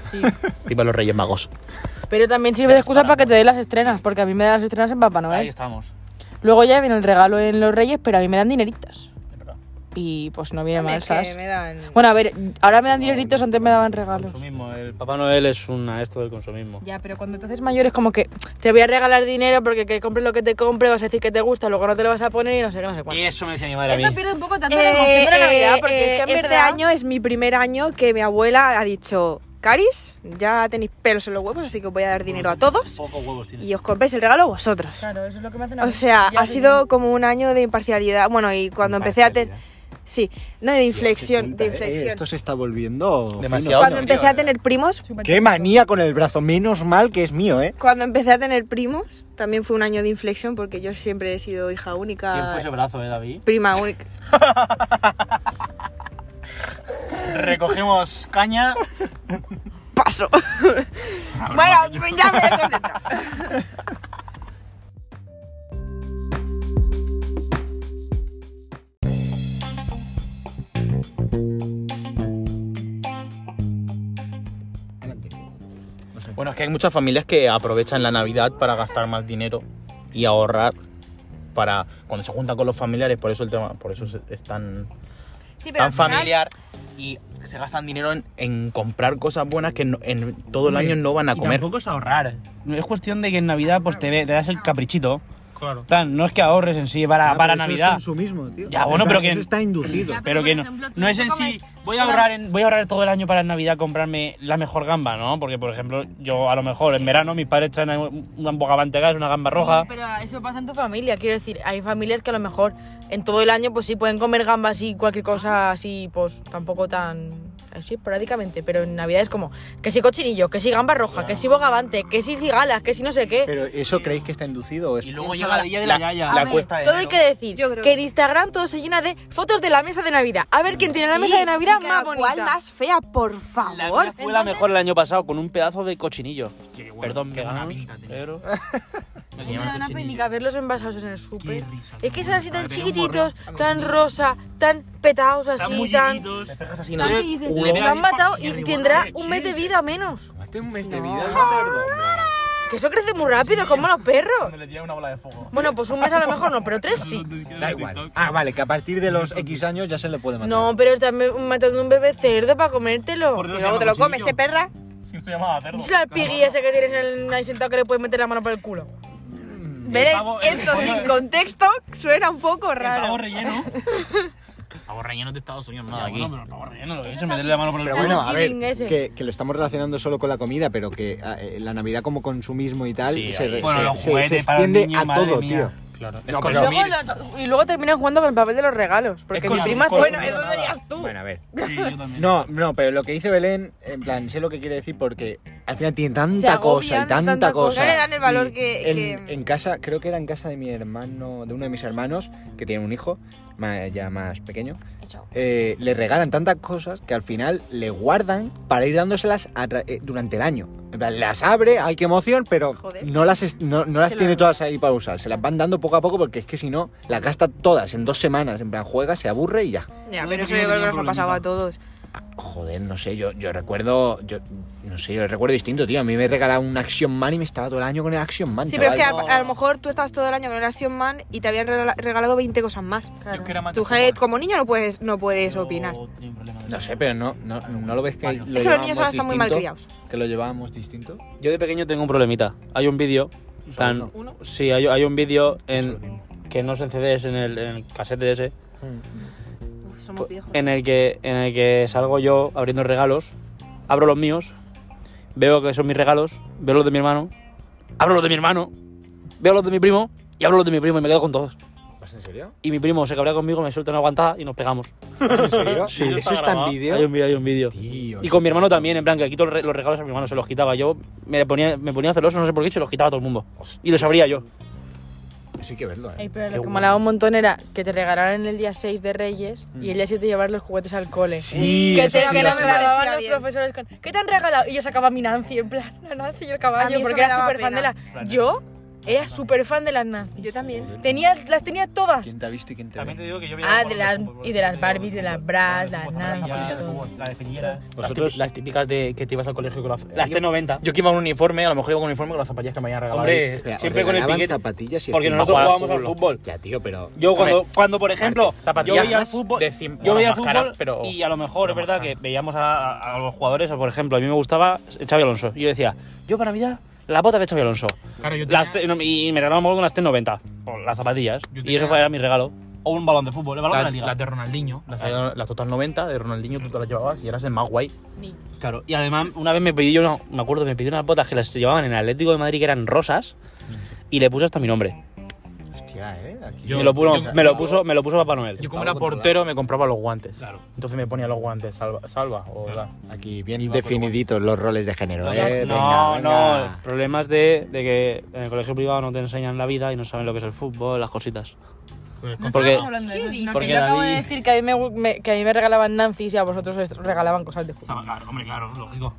Viva los Reyes Magos. Pero también sirve de excusa para que te dé las estrenas, porque a mí me dan las estrenas en Papá Ahí Noel. estamos. Luego ya viene el regalo en los Reyes, pero a mí me dan dineritas. Y pues no viene mal, Es que ¿sabes? me dan. Bueno, a ver, ahora me dan dineritos, antes me daban regalos. Consumismo. El Papá Noel es un esto del consumismo. Ya, pero cuando te haces mayor es como que te voy a regalar dinero porque que compres lo que te compre, vas a decir que te gusta, luego no te lo vas a poner y no sé qué, no sé cuánto. Y eso me decía mi madre a mí. Eso pierde un poco tanto Eh, la emoción de la eh, Navidad, porque eh, es que en este verdad- año es mi primer año que mi abuela ha dicho, Caris, ya tenéis pelos en los huevos, así que os voy a dar dinero a todos Pocos huevos tiene. y os compráis el regalo vosotros. Claro, eso es lo que me hacen a O mí. sea, Ya ha te sido digo. como un año de imparcialidad. Bueno, y cuando empecé a tener... Sí, no, de inflexión, de Qué pinta, eh. inflexión. Esto se está volviendo fino. Demasiado. Cuando Dios, empecé tío, a tener primos, Qué manía con el brazo. Menos mal que es mío, ¿eh? cuando empecé a tener primos, también fue un año de inflexión porque yo siempre he sido hija ¿Quién fue única, ese brazo, eh, David? prima única. Recogimos caña. Paso. bueno, pues ya me he concentrado. Bueno, es que hay muchas familias que aprovechan la Navidad para gastar más dinero y ahorrar para cuando se juntan con los familiares, por eso el tema, por eso se- es tan, Sí, pero tan al final- familiar y se gastan dinero en, en comprar cosas buenas que no- en todo el año no van a Y comer. Tampoco es ahorrar. No, Es cuestión de que en Navidad pues te, ve- te das el caprichito. Claro. En plan, no es que ahorres en sí para, Ah, para pero eso Navidad. Es consumismo, tío. Ya, bueno, pero que- Eso está inducido. Pero que no, no es en sí. Voy a ahorrar en- voy a ahorrar todo el año para en Navidad comprarme la mejor gamba, ¿no? Porque por ejemplo, yo a lo mejor en verano mis padres traen un- una bogavantegas, una gamba roja. Sí, pero eso pasa en tu familia, quiero decir, hay familias que a lo mejor en todo el año pues sí pueden comer gambas y cualquier cosa así, pues tampoco tan... así prácticamente, pero en Navidad es como que si cochinillo, que si gamba roja, que si bogavante, que si cigalas, que si no sé qué. ¿Pero eso creéis que está inducido o es Y luego Una llega la, saladilla de la yaya. A la ver, cuesta de Todo hay enero. que decir Yo creo que en que- Instagram todo se llena de fotos de la mesa de Navidad. A ver quién tiene la mesa de Navidad Sí, más cada bonita. cual más fea, por La favor. mía fue la mejor el año pasado con un pedazo de cochinillo. Perdón, qué buena veganos, pinta tenía. pero... Me Me llaman da una cochinillo. penica verlos envasados en el súper. risa, Es que son así tan Madre, chiquititos, tan rosa, tan petados así, tan... Te pegas así, tan- nada. Lo han matado y tendrá un mes de vida menos. Tómate un mes de vida, gordo, hombre. Que eso crece muy rápido, como los perros. Cuando le tiran una bola de fuego. Bueno, pues un mes a lo mejor no, pero tres sí. Da igual. Ah, vale, que a partir de los X años ya se le puede matar. No, pero estás me- matando un bebé cerdo para comértelo. Por Y Dios, luego te lo comes, cochinillo. ¿eh, perra? Si no se llamaba cerdo. Es la piggy ese que tienes en el, ahí sentado que le puedes meter la mano por el culo. Ver pavo- esto el- sin contexto suena un poco Pavo raro. relleno. Pavo relleno de Estados Unidos, no de aquí. Bueno, pero el pavo relleno, lo que he hecho, meterle la mano por el Pero culo. bueno, a ver, Thanksgiving ese. que, que lo estamos relacionando solo con la comida, pero que ah, eh, la Navidad como consumismo y tal Sí, se, ahí. se- Bueno, los se- se juguetes para el extiende niño, a madre todo, mía. tío. Claro. No, Es pero- consumir. y luego terminan jugando con el papel de los regalos. porque mi prima hace- Bueno, eso serías tú. Bueno, a ver. Sí, yo también. No, no, pero lo que dice Belén, en plan, sé lo que quiere decir porque al final tiene Se tanta agobian cosa y de tanta, tanta cosa. cosa. No le dan el valor Y que- en, que- en casa, creo que era en casa de mi hermano, de uno de mis hermanos, que tiene un hijo, ma- ya más pequeño, eh, le regalan tantas cosas que al final le guardan para ir dándoselas a tra- eh, durante el año. En plan, Las abre, ay, qué emoción, pero Joder. no las, es- no, no las Se lo tiene roba. todas ahí para usar. Se las van dando poco a poco porque es que si no, las gasta todas en dos semanas. En plan, juega, se aburre y ya. Ya, pero Yo creo eso que yo creo yo tenía que nos un ha pasado problemita. a todos. Joder, no sé, yo, yo recuerdo. Yo, no sé, yo recuerdo distinto, tío. A mí me regalaban un Action Man y me estaba todo el año con el Action Man. Sí, pero es que a, chaval. no. a lo mejor tú estabas todo el año con el Action Man y te habían regala- regalado 20 cosas más. Yo que era más de Tú, fútbol. je- como niño, no puedes, no puedes opinar. Yo tenía un problema de- No sé, pero no, no, no lo ves que Varios. lo Es que los niños llevábamos ahora están muy mal distinto? criados. Que lo llevábamos distinto. Yo de pequeño tengo un problemita. Hay un vídeo... plan- Sí, hay, hay un vídeo en... Que no es en CD, es en el, en el casete ese. somos viejos. en el que en el que salgo yo abriendo regalos, abro los míos, veo que son mis regalos, veo los de mi hermano, abro los de mi hermano, veo los de mi primo y abro los de mi primo y me quedo con todos. ¿Vas en serio? Y mi primo se cabrea conmigo, me suelta una aguantada y nos pegamos. ¿En serio? Sí, está ¿Eso está en grabado. Hay vídeo? un vídeo, hay un vídeo. Tío, Y con mi hermano también, en plan, que quito los re- los regalos a mi hermano, se los quitaba. Yo me ponía, me ponía celoso, no sé por qué, y se los quitaba a todo el mundo. Y los abría yo. Eso hay que verlo, ¿eh? Ey, pero Qué lo que guay. molaba un montón era que te regalaran el día 6 de Reyes y el día 7 llevar los juguetes al cole. Sí, que eso te sí que lo nos hacía. grababan bien. los profesores con ¿Qué te han regalado? Y yo sacaba mi Nancy, en plan, la Nancy y el A mí caballo, eso porque me era daba súper fan de pena. la... Yo era súper fan de las Nancy. Yo también. Tenía, las tenía todas. ¿Quién te ha visto y quién te También te ve? digo que yo Ah, de las- y de las Barbies, de las Bratz, las Nancy, todo. La de Piñera. Las Vosotros- típi- Las típicas de que te ibas al colegio con las... Las yo- T90. Yo que iba con un uniforme, a lo mejor iba con un uniforme con las zapatillas que me habían regalado. Hombre, ahí. Espera, ¿os siempre con el regalaban piquete. eh, zapatillas y Porque encima nosotros jugabas jugábamos al fútbol. Ya, tío, pero... Yo cuando, Hombre, cuando por ejemplo, yo zapatillas veía el fútbol, de cien- yo veía el más cara, fútbol pero- y a lo mejor pero es verdad más que cara. veíamos a, a los jugadores, por ejemplo, a mí me gustaba Xavi Alonso. Y yo decía, yo para Navidad, la bota de Xavi Alonso. Claro, yo Las tenía- te- no, y me regalaban con las T90, o las zapatillas. Yo Y tenía- eso fue, era mi regalo. O un balón de fútbol, el balón la- de la liga. las de Ronaldinho, las, de- las Total 90 de Ronaldinho, tú te las llevabas y eras el más guay. Claro, y además una vez me pedí, yo no, me acuerdo, me pedí unas botas que las llevaban en el Atlético de Madrid que eran rosas y le puse hasta mi nombre. Hostia, ¿eh? Aquí- Yo- me, lo puso, yo- me, lo puso, me lo puso Papá Noel. Yo como como era era controlado. portero me compraba los guantes. Claro. Entonces me ponía los guantes, salva, salva o da. Aquí bien definiditos los roles de género, ¿eh? no, Venga, no, venga. problemas de, de que en el colegio privado no te enseñan la vida y no saben lo que es el fútbol, las cositas. Porque, porque Que yo acabo de David- decir que a mí me, me- que a mí me regalaban Nancy y a vosotros os regalaban cosas de fútbol. Claro, hombre, claro, lógico.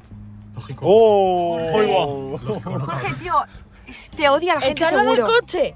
Lógico. ¡Oh! Jorge, tío, te odia Ah, la gente ¡Echarlo del seguro. coche!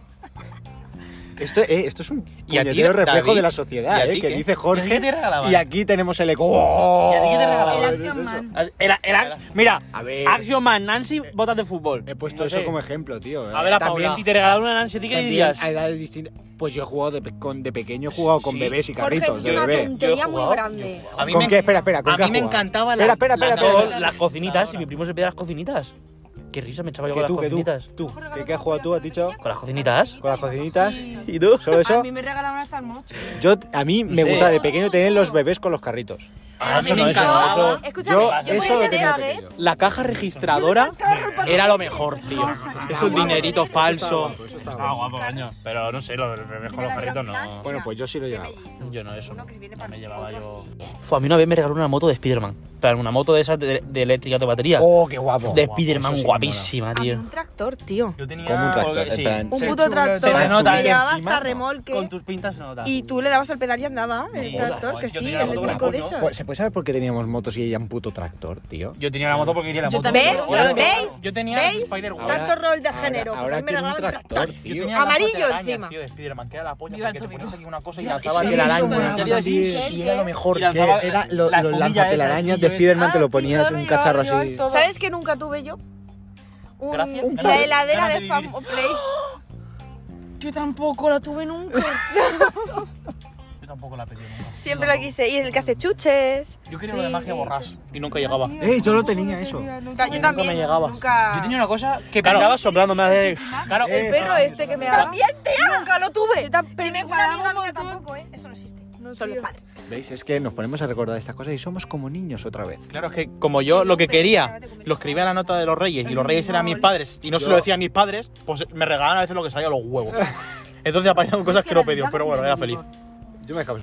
Esto, eh, esto es un ¿Y a ti, puñetero reflejo David? de la ¿Y sociedad, a eh, ti que qué? dice ¿Y Jorge. a ti qué te regalaban? y aquí tenemos el eco. ¡Oh! ¿Y a ti qué te regalaban? ¿Ves eso? El, el Ax- mira, A ver. Eh, Action Man, Nancy, botas de fútbol. He puesto No eso sé, Eh, como ejemplo, tío. eh. A ver, a También- Paula. Si te regalaron una Nancy, ¿a ti qué también dirías? a edades distintas. Pues yo he jugado de, pe- con, de pequeño, he jugado con Sí. bebés y Jorge, eso carritos es de una bebé. tontería Yo he muy jugado, grande. A mí ¿Con me- qué? Espera, espera, ¿con a qué has mí me jugado? encantaba la- Espera, espera, la- espera, Todas espera. las cocinitas, y mi primo se pega las cocinitas. Qué risa me echaba yo Que con tú, las que tú, cocinitas. tú. ¿Qué, qué has jugado tú, has dicho? ¿Con las cocinitas? Con las cocinitas. ¿Y tú? ¿Solo eso? me regalaban hasta el mocho. Yo, a mí me Sí. gusta de pequeño tener los bebés con los carritos. A mí eso no, me eso no, encantaba. eso- Escúchame, Yo yo eso podría lo tener- tenía pequeño. La caja registradora era lo mejor, tío. Es un dinerito falso. Estaba Ah, guapo, coño. Pero no sé, lo de bebés con los perritos no. Bueno, pues yo sí lo he de llevado. mellizo. Yo no, eso. Uno que se viene para me otro llevaba yo. así. Fue, a mí una vez me regaló una moto de Spiderman. plan, una moto de esas de, de eléctrica de batería. ¡Oh, qué guapo! de guapo, Spiderman eso sí que guapísima, Había tío. un tractor, tío. Yo tenía Como un tractor, en plan- Un Se puto chulo, tractor se que nota bien. llevaba Y mano. hasta remolque. Con tus pintas se nota. Y tú le dabas al pedal y andaba el Sí. tractor, Joder, que yo sí, tenía la el moto eléctrico con de la moto. esos. Pues, ¿Se puede saber por qué teníamos motos y ella un puto tractor, tío? Yo tenía la moto porque quería la Yo moto. también. ¿Ves? Yo- ¿Veis? Yo tenía ¿Veis? Spider-Man. Ahora- Tanto rol de ahora- género, pues ahora a mí me tiene un regalaban tractor, tractores. tío. Yo tenía la Amarillo foto de telaraña, encima. tío, de Spiderman, que era la polla, Viva porque te Antonio. ponías aquí una cosa y Tío, lanzabas eso telaraña, me molaba y hacías así, también. y era lo mejor. Y Que lanzaba- era lo, la los escobilla lanzatelarañas esa, de tío, Spiderman te Ah, lo sí, ponías claro, un llevaba- cacharro llevaba así. todo. ¿Sabes que nunca tuve yo? Un- Gracias. un- Ganas la de- heladera ganas de de Fam vivir. Play. Yo tampoco la tuve nunca. Yo tampoco la pedí nunca. Siempre la quise. Y el que hace chuches. Yo quería lo de magia borrás y nunca llegaba. Eh, yo lo tenía eso. Yo también. me llegaba. Nunca. Yo tenía una cosa que Claro. pegaba soplándome de... Claro, Ah, El perro este que me daba. Nunca lo tuve. Yo Y me enfadaba un montón. ¿eh? Eso no existe. No, Son los tío. padres. ¿Veis? Es que nos ponemos a recordar estas cosas y somos como niños otra vez. Claro, es que como yo lo que quería lo escribía en la nota de los reyes y los reyes eran mis padres y no se lo decía a mis padres, pues me regalaban a veces lo que salía a los huevos. Entonces aparecían cosas que no pedí, pero bueno, era feliz. Yo me dejaba.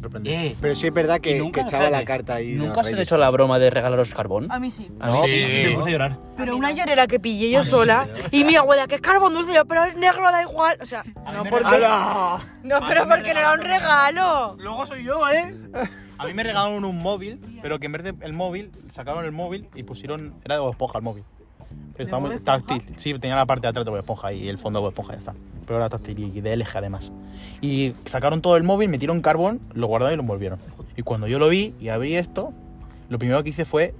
Sorprendido. Eh, Pero sí es verdad y que, nunca, que echaba la espérate, carta ahí. de ¿Nunca los se han Reyes. hecho la broma de regalaros carbón? A mí sí. No, Pues Sí. me puse a llorar. Pero una llorera que pillé yo sola y mi abuela, que es carbón dulce, yo, pero es negro, da igual. O sea, no porque, ¡Hala! no, pero porque no era un regalo. Luego soy yo, ¿eh? A mí me regalaron un móvil, pero que en vez del móvil, sacaron el móvil y pusieron. Era de Bob Esponja el móvil. Pero estaba muy táctil. Sí, tenía la parte de atrás de Bob Esponja y el fondo de Bob Esponja ya está. Pero era táctil y de LG además. Y sacaron todo el móvil, metieron carbón, lo guardaron y lo envolvieron. Y cuando yo lo vi y abrí esto, lo primero que hice fue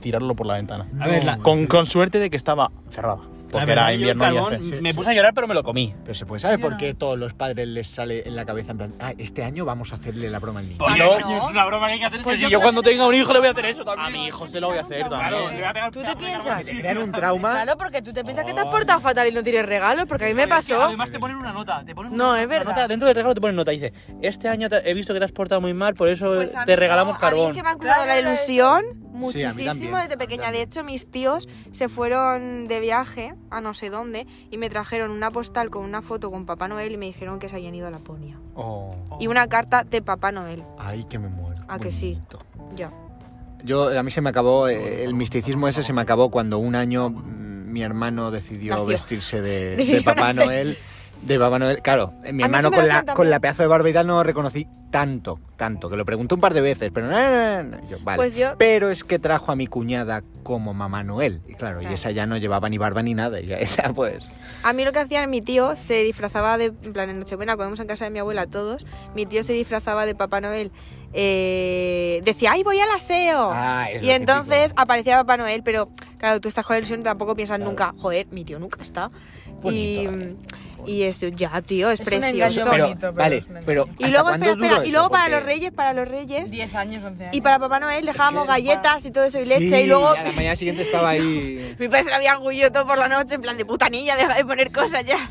tirarlo por la ventana. A ver, la- Con, con suerte de que estaba cerrada. Ah, la Uh, Porque verdad, era yo el invierno y carbón, hace- Me puse a llorar, pero me lo comí. Pero se puede saber por qué todos los padres les sale en la cabeza en plan, ah, este año vamos a hacerle la broma al niño. Porque, yo- coño, es una broma que hay que hacer. Pues si yo yo creo cuando que- tenga un hijo le voy a hacer eso también. A mi hijo se lo voy a hacer Claro, le voy también. a pegar- ¿Tú le te voy a pegar piensas? una- Crean un trauma. Claro, porque tú te piensas que te has portado fatal y no tienes regalos, porque a mí me pasó. Además te ponen una nota, te ponen una No, es una verdad. nota, dentro del regalo te ponen nota, dice, este año te- he visto que te has portado muy mal, por eso Pues a mí te regalamos no, A mí carbón. es que me han cuidado la Claro, ilusión Sí, a mí muchísimo también. desde pequeña. De hecho, mis tíos se fueron de viaje a no sé dónde y me trajeron una postal con una foto con Papá Noel y me dijeron que se habían ido a Laponia. Oh, Y una carta de Papá Noel. ay, que me muero. Ah, que sí. Bonito. Ya. Yo, a mí se me acabó, eh, el misticismo ese se me acabó cuando un año mm, mi hermano decidió Nació. vestirse de, Decidió de Papá nacer. Noel. De Papá Noel, claro, eh, mi A mí hermano se me con lo la, hacían con la también. pedazo de barba y tal no lo reconocí tanto, tanto, que lo pregunté un par de veces, pero no, no, no, no. Yo, vale. Pues yo- Pero es que trajo a mi cuñada como Mamá Noel, y claro, Claro. y esa ya no llevaba ni barba ni nada, ya esa pues... A mí lo que hacían mi tío se disfrazaba de, en plan, en Nochebuena, comemos en casa de mi abuela todos, mi tío se disfrazaba de Papá Noel. eh, decía, ¡ay, voy al aseo! Ah, es y lo entonces típico. aparecía Papá Noel, pero claro, tú estás con la ilusión y tampoco piensas nunca, joder, mi tío nunca está. y, Bonito, vale. y esto, ya, tío, Es es, un precioso. engaño Pero, bonito, pero vale, es un engaño. pero y ¿hasta luego, cuándo espera, os duró espera, y eso? luego para Porque- los reyes, para los reyes, 10 años, 11 años. y para Papá Noel dejábamos para- galletas y todo eso, y leche, Sí, y luego... a la mañana siguiente estaba ahí... Mi padre se lo había engullido todo por la noche, en plan de putanilla, deja de poner cosas ya.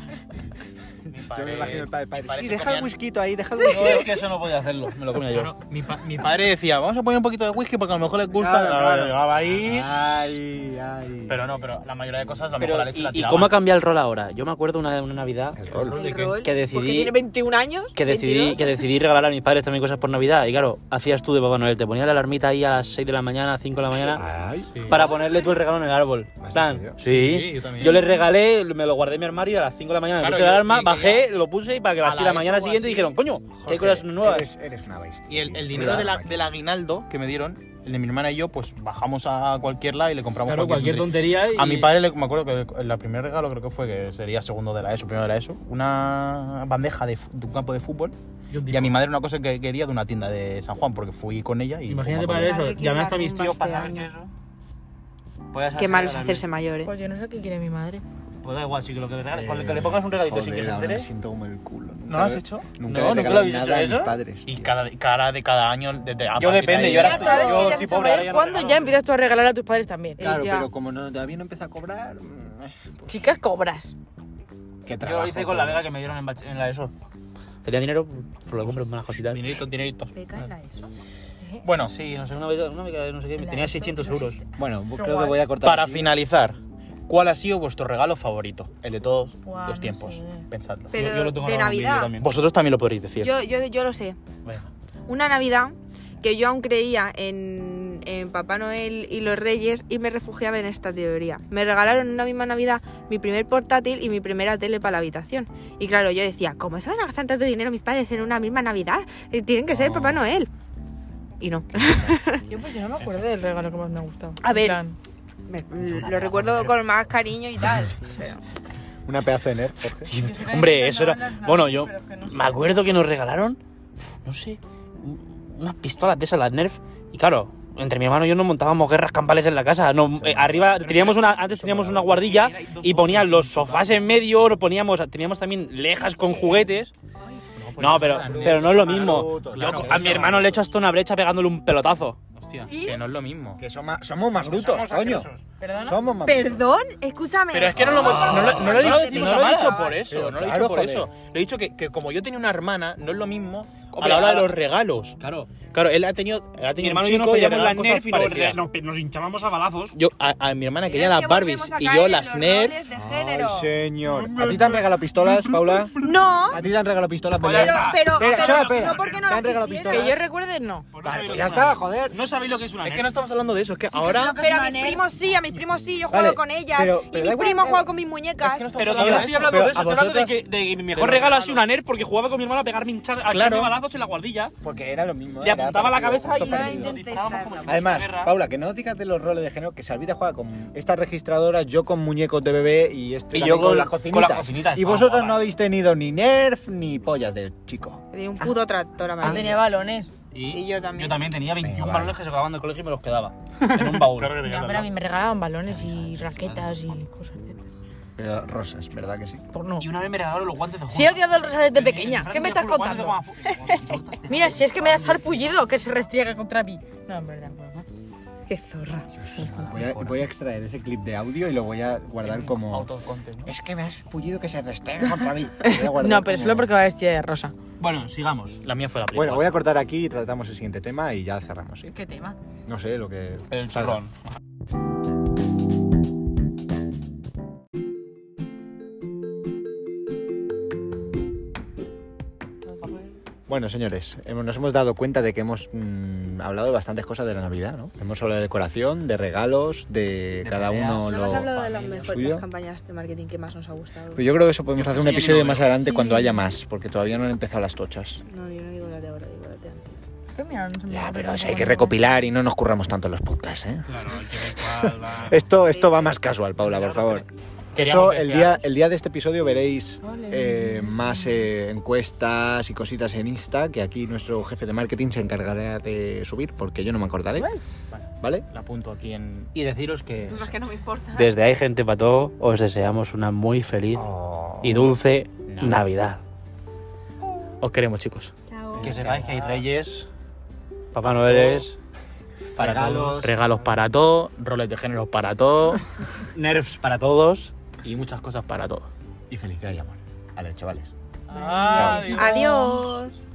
Yo me imagino el padre, padre, Parece Sí, deja comían- el whisky ahí, deja el No, es que eso no podía hacerlo, me lo comía yo. Claro, mi, pa- mi padre decía, vamos a poner un poquito de whisky porque a lo mejor les gusta. Claro, claro. Llegaba ahí. Ay, ay. Pero no, pero la mayoría de cosas, a lo Ah. Pero, mejor la leche ¿y, la y tiraba. cómo ha cambiado el rol ahora? Yo me acuerdo una, una Navidad El rol. ¿De qué? que Porque decidí tiene 21 años. que decidí, 22. que decidí regalar a mis padres también cosas por Navidad. Y claro, hacías tú de Papá Noel, te ponía la alarmita ahí a las 6 de la mañana, 5 de la mañana, Ay. para ponerle tú el regalo en el árbol. ¿Vas en Plan, serio? sí. Sí, yo también. yo les regalé, me lo guardé en mi armario a las 5 de la mañana, me Claro, puse la yo- alarma, y- bajé, lo puse y para que a a las la 6 de la eso mañana o siguiente así. dijeron, coño, que hay Jorge, cosas nuevas. Eres, eres una bestia. Y el, tío. el dinero de la- Una del aguinaldo que me dieron, el de mi hermana y yo, pues bajamos a cualquier lado y le compramos Claro, cualquier tontería. tontería. y- A mi padre le- me acuerdo que el, el primer regalo creo que fue, que sería segundo de la ESO, primero de la ESO, una bandeja de, fu- de un campo de fútbol. Yo Y a mi madre una cosa que quería de una tienda de San Juan, porque fui con ella y... Imagínate pues, me acuerdo. para Claro, eso. hay que Llamaste a ir mis a la tíos rumba para este saber año. eso. Puedes Qué malo es regalarle. hacerse mayor, ¿eh? Pues yo no sé qué quiere mi madre. Pues da igual, sí, que lo que le regales. Eh, con el que le pongas un regalito sin joder, que se ahora entere. Me siento como el culo. Nunca ¿No lo has le- hecho? Nunca No, le he nunca lo regalado habéis hecho nada a eso. mis padres. Y tío. cada, cada, de cada año... Desde, a partir Yo de depende, ahí- yo ahora Ya sabes yo que ya soy se pobre, ahora ya sabe no cuándo regalo. ya empiezas tú a regalar a tus padres también. Eh, Claro, ya. pero como no, todavía no empecé a cobrar. mm, eh, Chicas, cobras. Qué Yo lo trabajo. hice con la tío. vega que me dieron en, bach- en la ESO. Tenía dinero, pues lo compré en unas cositas. Dineritos, dineritos. Beca en la ESO. Eh. Bueno, Sí, no sé, una beca, una beca de no sé qué. Tenía 600 euros. Bueno, creo que voy a cortar. para aquí. finalizar, ¿Cuál ha sido vuestro regalo favorito? El de todos los tiempos. Pensadlo. Pero yo lo tengo de grabado en vídeo Navidad. también. Vosotros también lo podréis decir. Yo, yo, yo lo sé. Venga. Una Navidad que yo aún creía en, en Papá Noel y los Reyes y me refugiaba en esta teoría. Me regalaron una misma Navidad mi primer portátil y mi primera tele para la habitación. Y claro, yo decía, ¿cómo se van a gastar tanto dinero mis padres en una misma Navidad? Eh, Tienen que ser Oh. Papá Noel. Y no. Yo pues yo no me acuerdo del regalo que más me ha gustado. A En ver. plan, Me- lo recuerdo con más cariño y tal. Una pedazo de nerd, Jorge. Hombre, eso era. Bueno, yo me acuerdo que nos regalaron, no sé, un- unas pistolas de esas, las Nerf. Y claro, entre mi hermano y yo nos montábamos guerras campales en la casa. No, eh, arriba teníamos una, antes teníamos una guardilla y ponían los sofás en medio, lo poníamos, teníamos también lejas con juguetes. No, pero, pero no es lo mismo. Yo a mi hermano le he hecho hasta una brecha pegándole un pelotazo. Hostia, que no es lo mismo. Que somos, somos más brutos, coño. Somos más brutos. Perdón, escúchame. Pero es que no lo, no lo- no lo he No lo dicho, decimos no lo he a dicho malas. por eso, no Pero lo he claro, dicho por joder. eso. Le he dicho que, que como yo tenía una hermana, no es lo mismo a Hombre, la hora de ahora- los regalos. Claro. Claro, él ha tenido, él ha tenido Mi un hermano y yo chico y le nos poníamos las regalaban cosas Nerf y nos, parecidas. nos- nos hinchábamos a balazos. Yo, a, a mi hermana quería las Barbies y yo las Nerf. Ay, señor. ¿A ti te han regalado pistolas, Paula? No, ¿A ti te han regalado pistolas, Pero- pero, Paula? pero, Espera, pero espera, espera. no porque no ¿Te han las regalado quisiera. pistolas? que yo recuerde, no. Por eso Vale, sabéis lo pues ya que es una está, Nerf. joder. No sabéis lo que es una Es que Nerf. no estamos hablando de eso, es que ahora... Pero a mis primos sí, a mis primos sí, yo Vale, juego con ellas. pero- y mis pero da igual, primos juegan da igual. con mis muñecas. Es que no estamos Pero hablando no de estoy eso. hablando pero de eso, a estoy hablando de que, vosotras- de que mi de mejor los regalo ha sido regalos. una NER porque jugaba con mi hermana a pegarme hinchar, a Claro. pegarme balazos en la guardilla. Porque era lo mismo. Le era apuntaba la parecido, cabeza y justo No parecido. intenté Disparábamos estar, como si fuese Además, una guerra. Paula, que no digas de los roles de género, que Salvita juega con estas registradoras, yo con muñecos de bebé y este Y también yo con- las con las cocinitas. cocinitas. Y Ah, vosotros guapas. no habéis tenido ni nerf ni pollas de chico. Tenía un puto tractor Yo tenía amarillo. balones. Y yo Yo también. también tenía 21 vale. balones que se acababan del colegio y me los quedaba. En un baúl. No, pero a mí me regalaban balones y raquetas y cosas. de estas. Pero rosas, ¿verdad que sí? Por no. Y una vez me regalaron los guantes de Si he juego. odiado el rosa desde pequeña, ¿qué me estás contando? pues, Eh, Mira, si es que me das sarpullido que se restriega contra mí. No, en verdad, broma. Qué zorra. Ah, Voy a, voy a extraer ese clip de audio y lo voy a Eh, guardar como... Es que me has pullido que se restregue contra mí. Lo voy a guardar No, pero como- solo porque va vestida de rosa. Bueno, sigamos. La mía fue la primera. Bueno, voy a cortar aquí y tratamos el siguiente tema y ya cerramos, ¿eh? ¿sí? ¿Qué tema? No sé, lo que... El salga. chorrón. Bueno, señores, hemos- nos hemos dado cuenta de que hemos mm, hablado de bastantes cosas de la Navidad, ¿no? Hemos hablado de decoración, de regalos, de, cada peleas. uno No lo... hemos hablado de las mejores suyo. campañas de marketing que más nos ha gustado. Pero yo creo que eso podemos Yo hacer sí, un yo no episodio veo. más adelante Sí. cuando haya más, porque todavía no han empezado las tochas. No, yo no digo la de ahora, digo la de antes. Ya, pero si hay que recopilar y no nos curramos tanto los podcasts, ¿eh? Claro, hay que ver cuál va. Esto, esto va más casual, Paula, por favor. Eso, Queríamos que el día, el día de este episodio veréis eh, más eh, encuestas y cositas en Insta, que aquí nuestro jefe de marketing se encargará de subir, porque yo no me acordaré. ¿Vale? La apunto aquí en... Y deciros que... Pues es que no me importa. Desde ahí, gente para todo, os deseamos una muy feliz y dulce Navidad. Os queremos, chicos. Que sepáis que hay reyes, Papá Noel es, para todos, Regalos. Regalos para todos, roles de género para todos nerfs para todos. y muchas cosas para todos. Y felicidad y amor. A los chavales. Adiós.